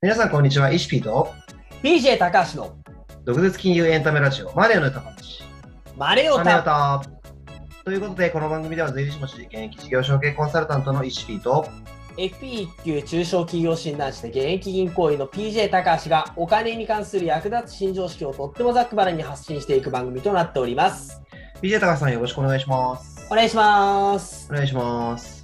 皆さんこんにちは、石 P と DJ 高橋の毒舌金融エンタメラジオ、マネーの歌話。マネオマネオタタということで、この番組では税理士持ち、現役事業承継コンサルタントの石 P と FP1 級中小企業診断士で現役銀行員の PJ 高橋がお金に関する役立つ新常識をとってもざっくばらんに発信していく番組となっております。 BJ 高橋さんよろしくお願いします。お願いしますお。願いします。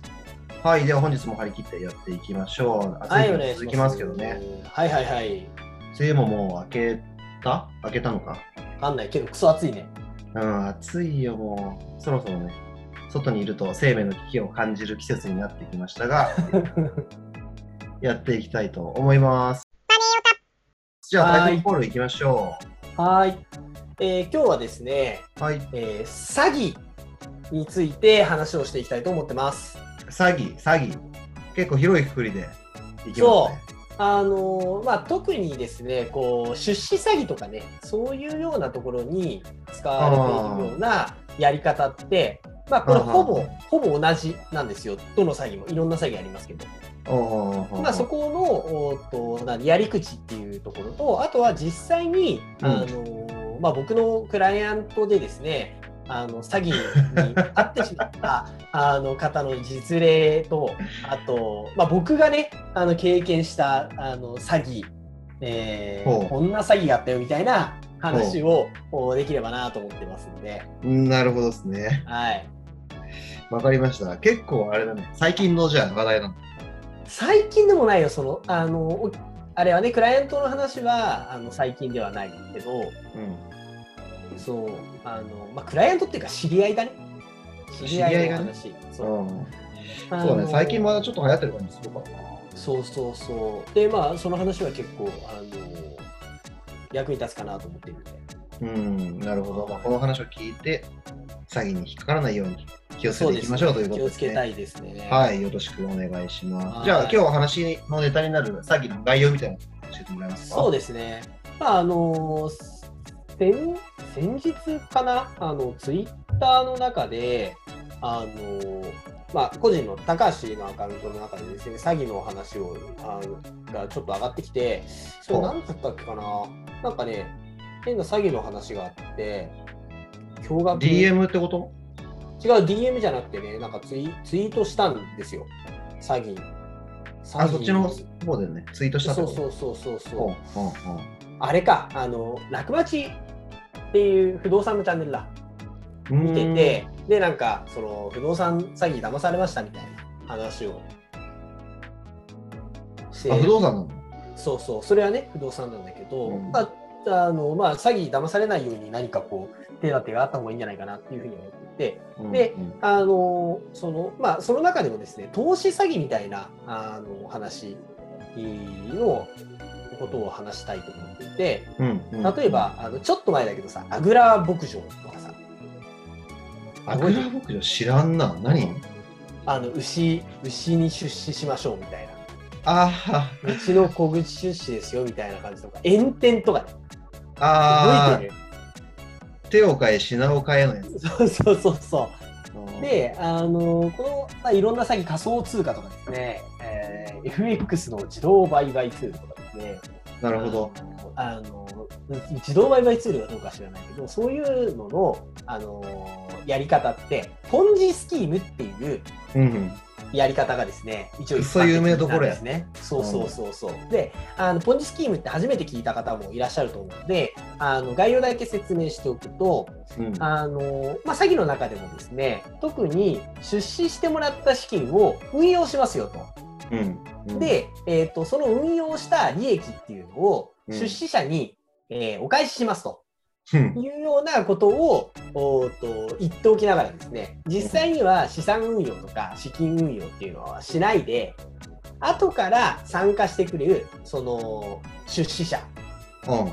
はい、では本日も張り切ってやっていきましょう。暑い日続きますけどね。。はいはいはい。梅雨ももう明けた明けたのか。わかんないけどクソ暑いね。うん、暑いよ、もう。そろそろね、外にいると生命の危機を感じる季節になってきました が、やっていきたいと思います。じゃあ、タイトルコールいきましょはい。えー今日はですね、う。はい。えー詐欺について話をしていきたいと思ってます。詐欺、詐欺。結構広いくくりでいきますね。あのーまあ、特にですねこう出資詐欺とかねそういうようなところに使われているようなやり方って、まあ、これうんうんほぼほぼ同じなんですよどの詐欺もいろんな詐欺ありますけど、おーまあ、そこのおーっとなやり口っていうところとあとは実際に、うんあのーまあ、僕のクライアントでですねあの詐欺に遭ってしまった あの方の実例とあと、まあ、僕がねあの経験したあの詐欺、えーほうこんな詐欺があったよみたいな話をおできればなと思ってますので、なるほどですね。はい、わかりました。結構あれだね。最近のじゃあ話題なの。最近でもないよそのあのおあれはねクライアントの話はあの最近ではないけど、うん。そう、あの、まあ、クライアントっていうか知り合いだね。知り合いの話。そう。うんあそうのね。最近まだちょっと流行ってる感じするからな。そうそうそう。で、まあ、その話は結構、あの、役に立つかなと思っているのうで。ん。なるほど。まあ、この話を聞いて、詐欺に引っかからないように気をつけていきましょうということ気をでつすけたね。いですね。い。はい。よろしくお願いしまはす。いじゃあ、今日お話のネタになる詐欺の概要みたいなの教えてもらえますかそうですね。まあ、あの、先、先日かな、あの、ツイッターの中で、あの、まあ、個人の高橋のアカウントの中でですね、詐欺のお話をあのがちょっと上がってきて、それほう何だったっけかな、なんかね、変な詐欺の話があって、驚愕に DM ってこと違う DM じゃなくてね、なんかツイツイートしたんですよ、詐欺。詐あ、そっちの方でね、ツイートしたってそこうとそうそうそうそう。うんうんうんあれか、あの、楽町っていう不動産のチャンネルだ、見てて、で、なんか、その、不動産詐欺騙されましたみたいな話をうしてーんあ、不動産なのそうそう、それはね、不動産なんだけど、うんまあ、あの、まあ、詐欺騙されないように何かこう、手立てがあった方がいいんじゃないかなっていうふうに思っていて、でうんうんあのそのまあその中でもですね投資詐欺みたいなあの話のことを話したいと思っていてうんうん例えばあのちょっと前だけどさあぐら牧場とかさあグラ牧場知らんな。何あの牛牛に出資しましょうみたいなあうちの小口出資ですよみたいな感じとか炎天とかねあ、あ覚えてあ、手を変え、品を変えのやつ。るそうそうそうそうで、あのこの、まあ、いろんな詐欺仮想通貨とかですね、えー FX の自動売買ツールとかですねなるほど。あの自動売買ツールがどうか知らないけどそういうののあのやり方ってポンジスキームっていううんやり方がですね一応くっそ有名どころや一般的なんですねそうそうそうそう、であのポンジスキームって初めて聞いた方もいらっしゃると思うのであの概要だけ説明しておくとうん。うんあの、まあ、詐欺の中でもですね特に出資してもらった資金を運用しますよと。うんうん、で、えー、とその運用した利益っていうのをうん出資者に、えーお返ししますとうん、いうようなことをおーと言っておきながらですね実際には資産運用とか資金運用っていうのはしないで後から参加してくれるその出資者う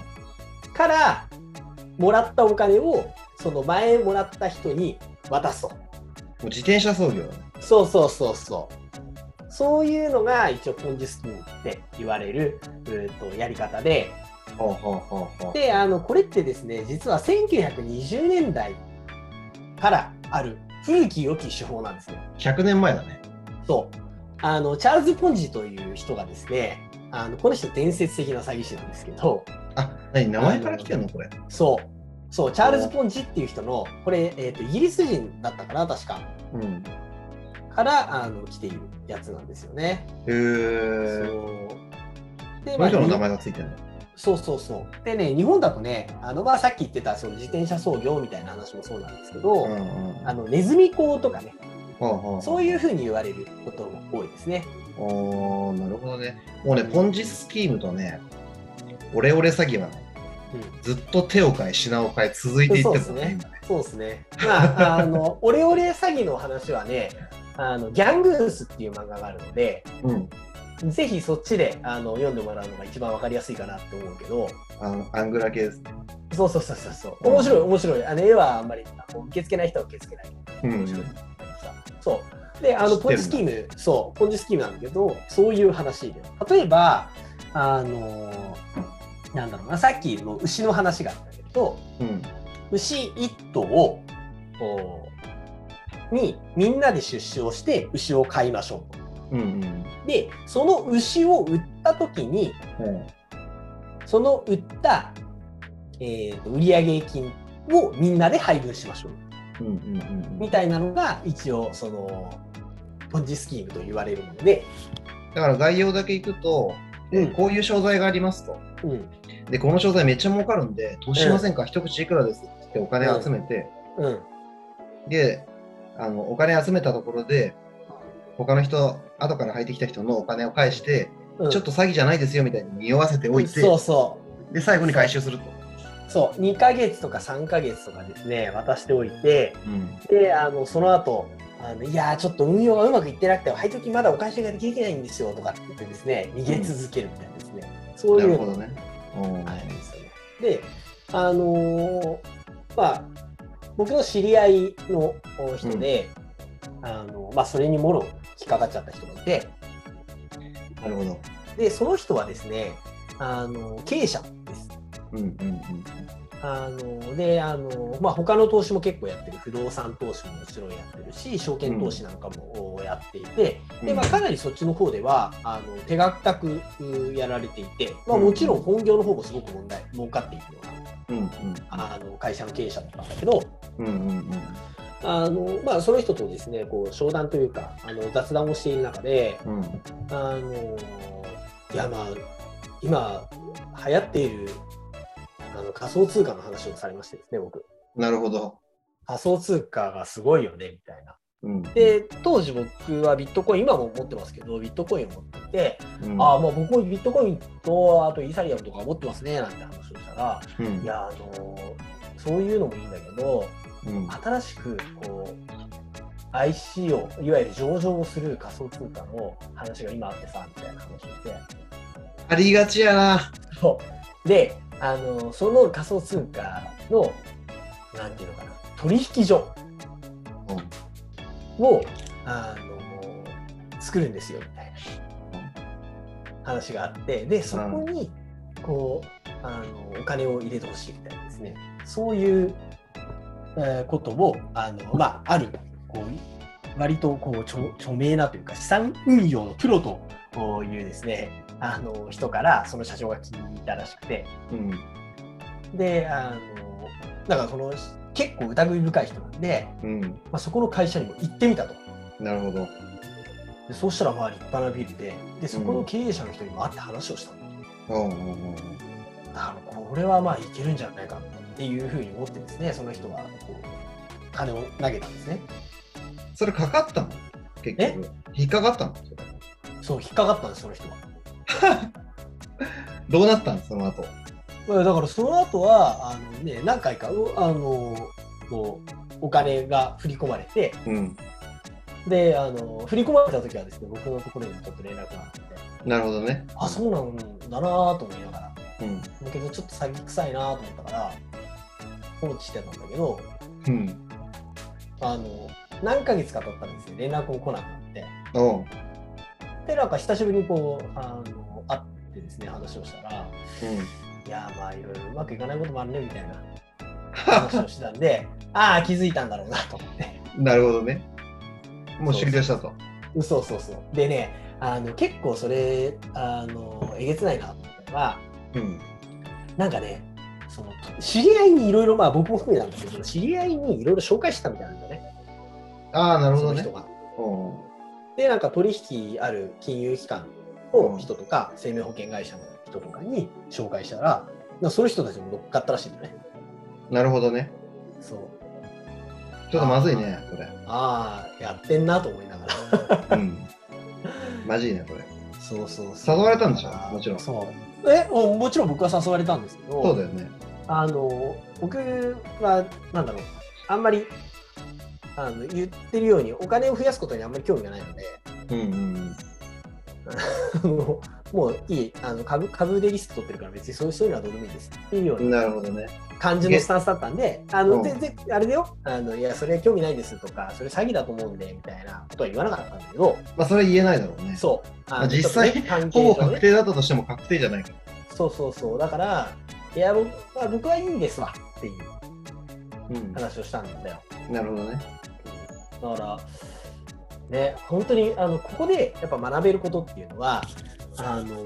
ん。からもらったお金をその前もらった人に渡すと。もう自転車操業だね。そうそうそうそう。そういうのが一応ポンジスキームって言われる、えー、とやり方で、ほうほうほうほうであのこれってですね実は1920年代からある古き良き手法なんですね。 100年前だね。そうあのチャールズ・ポンジという人がですねあのこの人伝説的な詐欺師なんですけど、あ、何名前から来てんのこれ。そう、そう、チャールズ・ポンジっていう人の、これ、えーと、イギリス人だったかな、確か、うん。からあの来ているやつなんですよね。へー。そうでこの人のに名前がついてるの。そうそうそう。でね、日本だとね、あのまあ、さっき言ってたその自転車操業みたいな話もそうなんですけど、うんうん。あのネズミ講とかね、はそういうふうに言われることも多いですね。あはあ。あーなるほどね。もうね、ポンジスキームとね、オレオレ詐欺はね、うん、ずっと手を変え、品を変え、続いていってるもんね。そうですね。 まあ、あの、オレオレ詐欺の話はね、あのギャングースっていう漫画があるので、今ねぜひそっちであの読んでもらうのが一番わかりやすいかなって思うけど、うん。あのアングラ系ですね。そうそうそうそうそう、面白い、面白い。あの絵はあんまりあの受け付けない人は受け付けない。うん面白いそう。で、あ知のってんだポンジスキーム、そう、ポンジスキームなんだけど、そういう話で。例えば、あのーなんだろうな、さっきの牛の話があったけど、うん。牛1頭を、こうにみんなで出資をして牛を買いましょううんうん。と。で、その牛を売った時に、うんその売った、えーと売上金をみんなで配分しましょう。うんうんうんうんみたいなのが一応そのポンジスキームと言われるので、だから概要だけいくと、えうんこういう商材がありますと。うんで、この商材めっちゃ儲かるんで、投資しませんか、一口いくらですってお金集めて、うん、で、あのお金集めたところで、他の人、後から入ってきた人のお金を返して、うん、ちょっと詐欺じゃないですよみたいに匂わせておいて、そうそで、最後に回収すると。うそう2ヶ月とか3ヶ月とかですね渡しておいてうん。であのその後あのいやーちょっと運用がうまくいってなくて配当金まだお返しができないんですよとかって言ってですね逃げ続けるみたいなですね、そういなうるのほどね。うんあるんですよねであのーまあ僕の知り合いのお人で、あのまあ、それにもろ引っかかっちゃった人がいて、なるほど。でその人はですねあの経営者です。うんうんうん。あのであの、まあ、他の投資も結構やってる不動産投資ももちろんやってるし証券投資なんかもやっていて、うんでまあ、かなりそっちの方ではあの手堅くうやられていて、まあ、もちろん本業の方もすごく問題儲かっているよううんうんなあの会社の経営者だったんだけどうんうんうんあの、まあ、その人とですねこう商談というかあの雑談をしている中でうんうんあのいやまあ今流行っているあの仮想通貨の話をされましてですね僕なるほど。仮想通貨がすごいよねみたいなうん、で当時僕はビットコイン今も持ってますけどビットコインを持っていて、うん、ああまあ僕もビットコインとあとイーサリアムとか持ってますねなんて話をしたらうん、いやあのそういうのもいいんだけどうん、新しくこう ICO いわゆる上場をする仮想通貨の話が今あってさみたいな話をしてありがちやな。そうであのその仮想通貨のなんていうのかな取引所をあの作るんですよみたいな話があってでそこにこうあのお金を入れてほしいみたいなですねそういう、えーことをあの、まあ、あるこう割とこう著著名なというか資産運用のプロとこういうですねあの人からその社長が聞いたらしくてうん、であのだからこの結構疑り深い人なんで、うん、まあ、そこの会社にも行ってみたと。なるほど。でそうしたらまあ立派なビルででそこの経営者の人にも会って話をしたの、だうんうんうんからこれはまあいけるんじゃないかっていうふうに思ってですねその人はこう金を投げたんですねそれかかったの結局。引っかかったのそれそう引っかかったんですその人は、どうなったのその後。まあだからその後はあのね何回かうあのこうお金が振り込まれてうん。であの振り込まれた時はですね僕のところにもちょっと連絡があってなるほどね。あそうなんだなぁと思いながらうん。だけどちょっと詐欺臭いなぁと思ったから放置してたんだけどうん。あの何ヶ月か経ったんですよ連絡も来なくなっておう。でなんか久しぶりにこうあの会ってですね話をしたらいやまあいろいろうまくいかないこともあるねみたいな話をしてたんで ああ気づいたん だろうなと思ってうん。なるほどね。もう終了したと。そうそうそうでねあの結構それあのえげつないなと思ったのはうん。なんかねその知り合いにいろいろまあ僕も含めなんだけど知り合いにいろいろ紹介してたみたいなんだよねああ、なるほそどのね人。が。うんでなんか取引ある金融機関の人とか生命保険会社の人とかに紹介したらなんかその人たちも乗っかったらしいんだよね。なるほどね。そうちょっとまずいね、これ。ああやってんなと思いながら うん。まじいね、これ。そうそうそう誘われたんでしょもちろん。そそうえおもちろん僕は誘われたんですけどうだよね。あの僕はなんだろうあんまりあの言ってるようにお金を増やすことにあんまり興味がないので うんうんあのもういいあの株株でリスク取ってるから別にそういうそういうのはどうでもいいですっていうよううん。ななるほどね。感じのスタンスだったんであの、うん全然あれだよあのいやそれ興味ないですとかそれ詐欺だと思うんでみたいなことは言わなかったんだけどまあ、それ言えないだろうね。そうあまあの実際ちょっとね関係ほぼ上ね確定だったとしても確定じゃないから。そうそうそうだからいや僕,、まあ、僕はいいんですわっていううん。話をしたんだよなるほどね。だから、ね、本当にあのここでやっぱ学べることっていうのは、あのー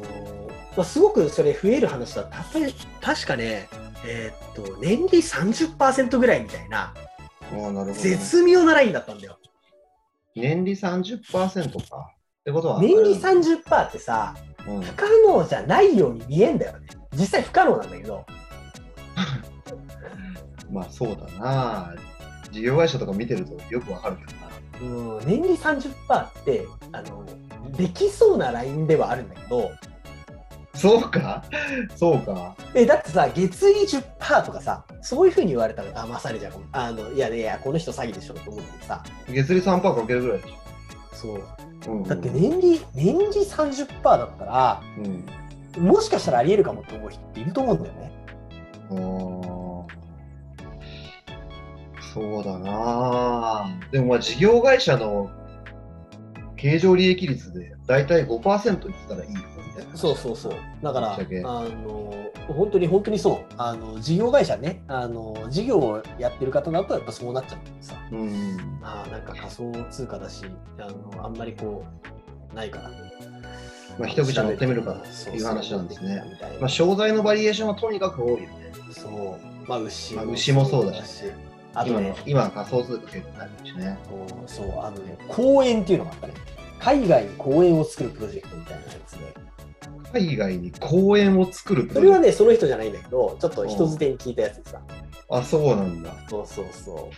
まあ、すごくそれ増える話だった。やっぱり確かね、えーっと年利30%ぐらいみたいなもうなるほど、ね。絶妙なラインだったんだよ。年利30%か。ってことは。年利あれなんだ30%ってさうん不可能じゃないように見えんだよね。実際不可能なんだけどまあそうだな事業会社とか見てるとよくわかるけどなうん年利30%ってあのできそうなラインではあるんだけどそうか そうかえだってさ月利10%とかさそういうふうに言われたら騙されちゃうかもあのいやいやこの人詐欺でしょと思うんだけどさ月利3%かけるぐらいでしそうょ、うんうんだって年利年利30%だったらうんもしかしたらありえるかもって思う人っていると思うんだよねあーそうだなでもまあ事業会社の経常利益率で大体5%いってたらいいよみたいなそうそうそうだからあぶっちゃけの本当に本当にそうあの事業会社ねあの事業をやってる方だとやっぱそうなっちゃうんだけどさうんあーなんか仮想通貨だしあのあんまりこうないからまあ一口乗ってみるかとそそいう話なんですねみたいなまあ商材のバリエーションはとにかく多いよねそう、まあ、牛まあ牛もそうだしあと今ねの、今の仮想通貨結構あるしねこうそう、あのね、公園っていうのがあったね。海外に公園を作るプロジェクトみたいなやつね。海外に公園を作るプそロれジェはクね、その人じゃないんだけど、ちょっと人づてに聞いたやつでさ。トあそうなんだそうそうそ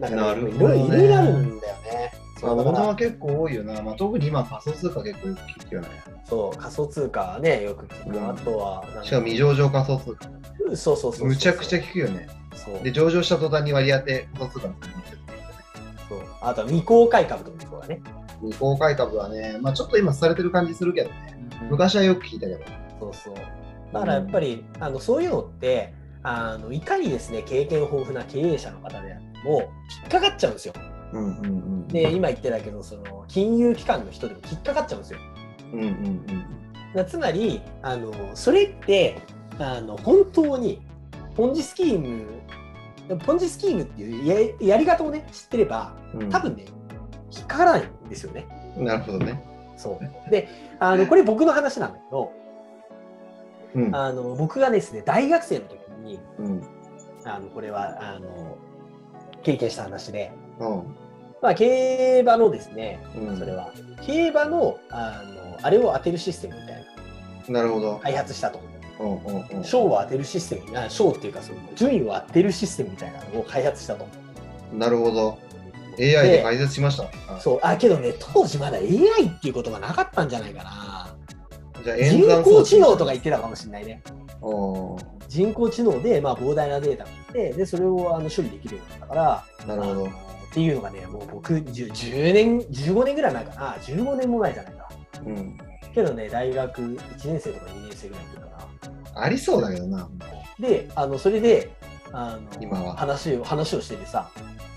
う。なんなかね、るいほろどいねろいろいろあるんだよね。まそあ、うだ物かはら結構多いよな、まあ、特に今仮想通貨結構よく聞くよねそう仮想通貨はね、よく聞く。うんあとはなんか、しかも未上場仮想通貨そうそうそうそう。むちゃくちゃ聞くよねそうで上場した途端に割り当て仮想通貨の国になってるそう。あとは未公開株とかもそうだね。未公開株はね、まあ、ちょっと今されてる感じするけどね昔はよく聞いたけどそうそう。だからやっぱり、あのそういうのってあのいかにですね経験豊富な経営者の方であっても引っかかっちゃうんですよ。うんうんうんで今言ってたけどその金融機関の人でも引っかかっちゃうんですよ。うんうんうんだからつまりあのそれってあの本当にポンジスキームポンジスキームっていうややり方をね知ってればうん多分ね引っかからないんですよね。なるほどねそうであのこれ僕の話なんだけどうんあの僕がですね大学生の時にうんあのこれはあの経験した話で、うんまあ、競馬のですねうんそれは競馬のあのあれを当てるシステムみたいななるほど開発したとうんうんうん賞を当てるシステムあ賞っていうかその順位を当てるシステムみたいなのを開発したとなるほど AI で解説しましたあそうあけどね当時まだ AI っていう言葉なかったんじゃないかなじゃあ演人算工知能とか言ってたかもしれないねお人工知能で、まあ、膨大なデータがあってでそれをあの処理できるようになったかならるほどっていうのがね、もう僕10、10年、15年ぐらい前かな、15年も前じゃないか。うんけどね、大学1年生とか2年生ぐらいの時かありそうだけどなな。で、あのそれであの今は話を話をしててさ、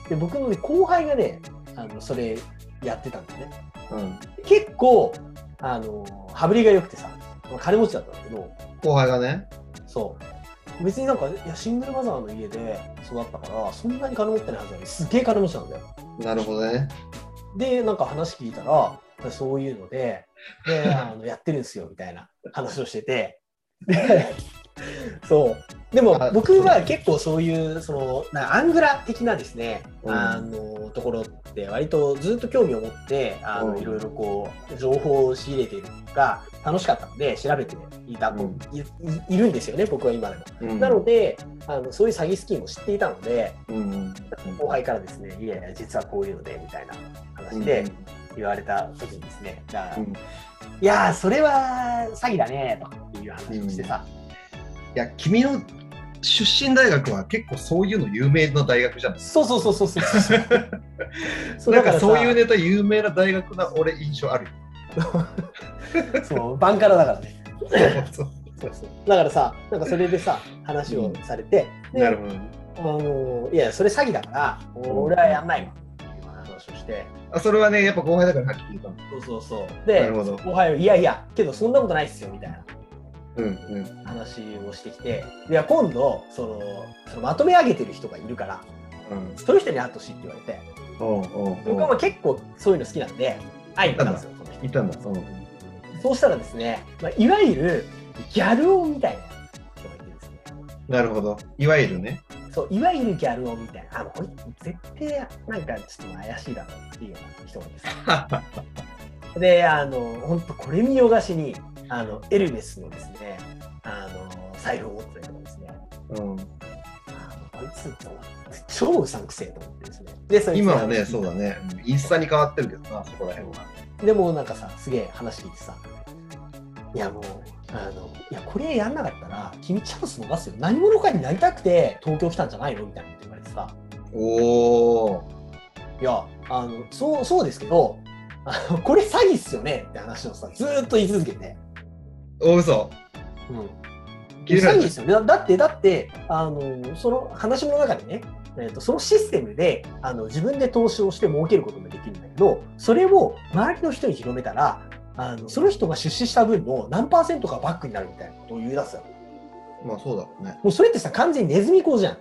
で僕の、ね、後輩がねあの、それやってたんだよね。うん結構、あの羽振りが良くてさ、まあ金持ちだったんだけど、後輩がねそう。別になんかいやシングルマザーの家で育ったからそんなに金持ってないはずなのにすげえ金持ちなんだよなるほどねでなんか話聞いたらそういうので、で、あのやってるんですよみたいな話をし てて、で、そう。でもあ僕は結構そういう、その、なんかアングラ的なですね、うんあの、ところって割とずっと興味を持って、あうの、んいろいろこう、情報を仕入れているのが楽しかったので、調べていたと、うんいいいるんですよね、僕は今でも。うんなのであの、そういう詐欺スキーも知っていたので、うんうん後輩からですね、いやいや、実はこういうのでみたいな話で言われた時にですね、じゃあうんいいやー、それは詐欺だねとかっていう話をしてさ、や君の出身大学は結構そういうの有名な大学じゃないそうそうそうそうそうそう、そ うなんかそういうね、ネタ有名な大学な俺印象あるよそう、バンカラだからね。 そうそうそうだからさ、なんかそれでさ、話をされて、で なるほどあのいや、それ詐欺だから、俺はやんないわっていう話をして、あそれはねやっぱ後輩だからはっきり言ったのそうそうそう。なでる、ほど後輩は、いやいや、けどそんなことないっすよみたいな。うんうん話をしてきて、いや、今度、その、そのまとめ上げてる人がいるから、うんその人に会ってほしいって言われて、おうおう僕はまあ結構そういうの好きなんで、会いに行ったんですよ、その人いたんだうんそうしたらですね、まあ、いわゆるギャル男みたいな人がいてですね、なるほどいわゆるねそう、いわゆるギャル男みたいな、あ、もうこれ絶対なんかちょっと怪しいだろうっていうような人がいてさ、 で、あの、本当これ見よがしに、あの、エルメスのですね、あの、財布を持ってたりとかですね、うんあこいつ超うさんくせえと思ってですね。で、そいつ今はね、そうだね、インスタに変わってるけどな、そこら辺は。でもなんかさ、すげえ話聞いてさ、いやもう、あの、いや、これやんなかったら、君チャンス逃すよ。何者かになりたくて東京来たんじゃないのみたいなこと言われてさ、おお、いや、あの、そう、そうですけど、あのこれ詐欺っすよねって話をさ、ずーっと言い続けて。大嘘。うん。切れら詐れ欺たですよね。だだって、だって、あのその話の中にね、えーとそのシステムであの自分で投資をして儲けることもできるんだけど、それを周りの人に広めたら、あのその人が出資した分の何パーセントかバックになるみたいなことを言い出すよ。まあそうだろうね。もうそれってさ、完全にネズミ講じゃん。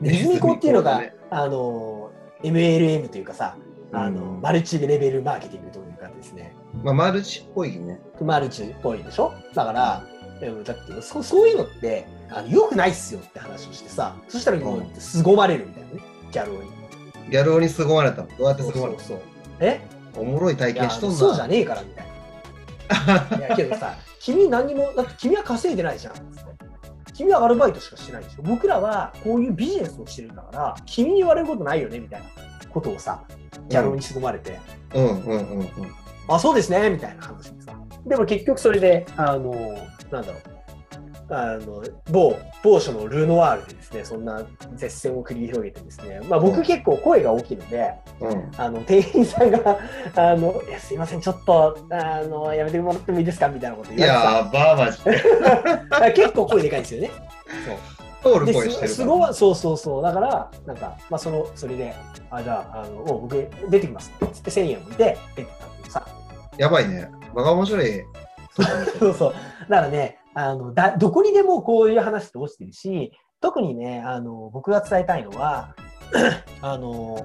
ネズミ講っていうのが、ネズミあの MLM というかさ、あのうんマルチレベルマーケティングというかですね、まあマルチっぽいね。マルチっぽいでしょだから、でもだってそそういうのってあのよくないっすよって話をしてさそしたらもうう凄まれるみたいなねギャル男にギャル男に凄まれたの。どうやってそう凄そまれうたそうえのおもろい体いや験しとんな。そうじゃねえからみたいないやけどさ 君何もだって君は稼いでないじゃん君はアルバイトしかしてないでしょ僕らはこういうビジネスをしてるんだから君に言われることないよねみたいなことをさギャル男に凄まれて、 うんうんうんうん。あ、そうですね、みたいな話でさ。でも結局それで、あの、なんだろう。あの某某所のルノワールでですねそんな絶戦を繰り広げてですね、まあ、う僕ん結構声が大きいので、うん、あの店員さんが「あのいやすいませんちょっとあのやめてもらってもいいですか?」みたいなこと言いわれてさやー、ばあばじ。だから結構声でかいんですよね。通るで声してるすすかごら。いそうそうそうだからなんか、まあ、そのそれで「あじゃああのもう僕出てきます」つって1000円を置いて出てったんだけどさやばいね。バカ面白い。そうそう。だからね、あのだどこにでもこういう話って落ちてるし、特にね、あの僕が伝えたいのは、 あの、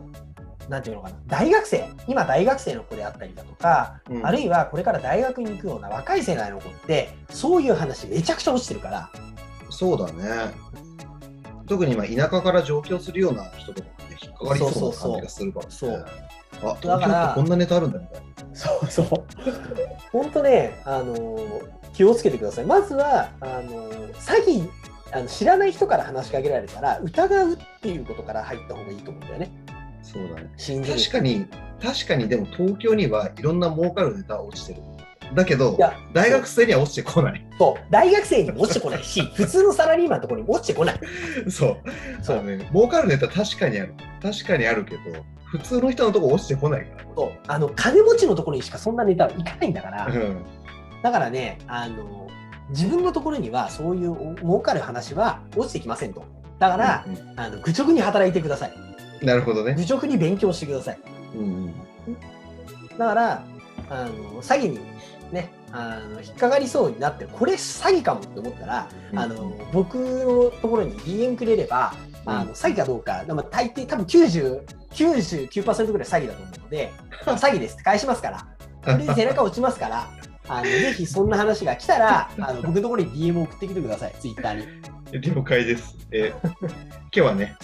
なんていうのかな、大学生、今大学生の子であったりだとか、うん あるいはこれから大学に行くような若い世代の子って、そういう話めちゃくちゃ落ちてるから、そうだね。特に今、田舎から上京するような人とかって引っかかりそうな感じがするから、ね。そうそうあ、東京だからってこんなネタあるんだみたいな。そうそう。 本当ね、あの気をつけてください。まずはあの詐欺あの知らない人から話しかけられたら疑うっていうことから入った方がいいと思うんだよね。そうだね。信じる確かに、確かにでも東京にはいろんな儲かるネタは落ちてる。だけどいや、大学生には落ちてこない。 そう、大学生にも落ちてこないし、普通のサラリーマンのところにも落ちてこない。そう。そそうう、ね。儲かるネタ確かにある。確かにあるけど、普通の人のとこ落ちてこないか。そうあの金持ちのところにしかそんなネタはいかないんだからら、うん。だからね、あの自分のところにはそういうお儲かる話は落ちてきませんと。だから、うんうんあの愚直に働いてください。なるほどね。愚直に勉強してください。うんうん。だから、あの詐欺にね、あの引っかかりそうになって、これ詐欺かもって思ったら、あの僕のところに DM くれれば、うんあの詐欺かどうか、まあ、大抵多分90 99%ぐらい詐欺だと思うので、詐欺ですって返しますから、これで背中落ちますから、あのぜひそんな話が来た ら、あの僕のところに DM を送ってきてください、ツイッターに。 了解です。え ー今日はね、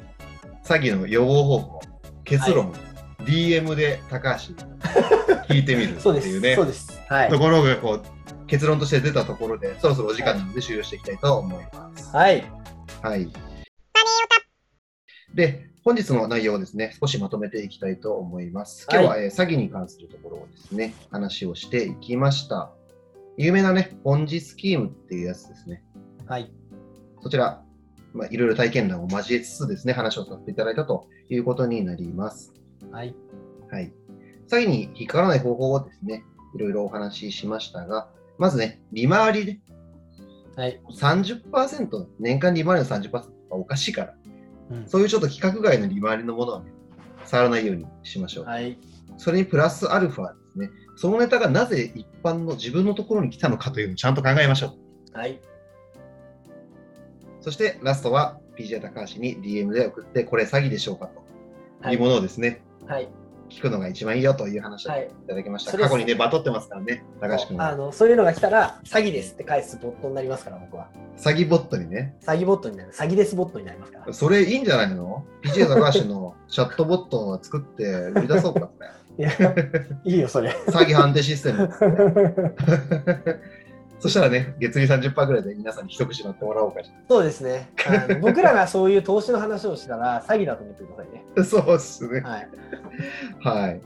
詐欺の予防方法、結論、DM で高橋に聞いてみるって そうです。いうねそう、です。はいと。ころがこう結論として出たところで、そろそろお時間なので終了していきたいと思います。はい。はい。で、本日の内容をですね、少しまとめていきたいと思います。今日は、えー詐欺に関するところをですね、話をしていきました。有名なね、ポンジスキームっていうやつですね。はい。そちら、まあ、いろいろ体験談を交えつつですね、話をさせていただいたということになります。はい。はい。詐欺に引っかからない方法をですね、いろいろお話ししましたが、まずね、利回りではい。 30%、年間利回りの30%はおかしいから、うんそういうちょっと規格外の利回りのものは、ね、触らないようにしましょう。はい。それにプラスアルファですね、そのネタがなぜ一般の自分のところに来たのかというのをちゃんと考えましょう。はい。そしてラストは PJ 高橋に DM で送って、これ詐欺でしょうかとはいいうものをですね、はい。聞くのが一番いいよという話をはいいただきました。それ過去にね、バトってますからね、高橋君あは。のそういうのが来たら、詐欺ですって返すボットになりますから、僕は。詐欺ボットにね、詐欺ボットになる。詐欺ですボットになります から。それいいんじゃないの ?PJ 高橋の チャットボットを作って売り出そうか、これ。いや、いいよ、そ れ。詐欺判定システム ですね。そしたらね、月利30%ぐらいで皆さんに一口乗ってもらおうかそうですね。あ の僕らがそういう投資の話をしたら、詐欺だと思ってくださいね。と。そうですね。はい。はい。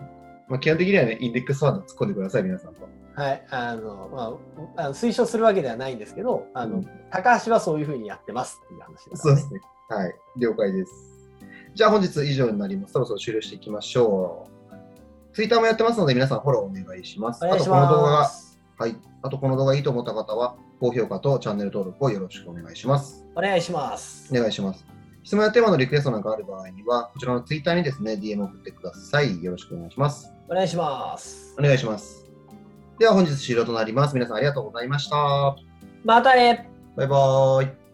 まあ、基本的にはね、インデックスファンド突っ込んでください、皆さんと。はい。あの、まあ、あの推奨するわけではないんですけど、あうの、ん高橋はそういうふうにやってますっていう話です、そうですね。はい。了解です。じゃあ本日以上になります。そろそろ終了していきましょう。ツイッターもやってますので、皆さんフォローお願いします。お願いしあとこの動画まが、す。はい。あとこの動画いいと思った方は、高評価とチャンネル登録をよろしくお願いします。お願いしますお。願いします。質問やテーマのリクエストなんかある場合には、こちらのツイッターにですね、DM を送ってください。よろしくお願いします。お願いしますお。願いします。では本日終了となります。皆さんありがとうございました。またねバイバーイ。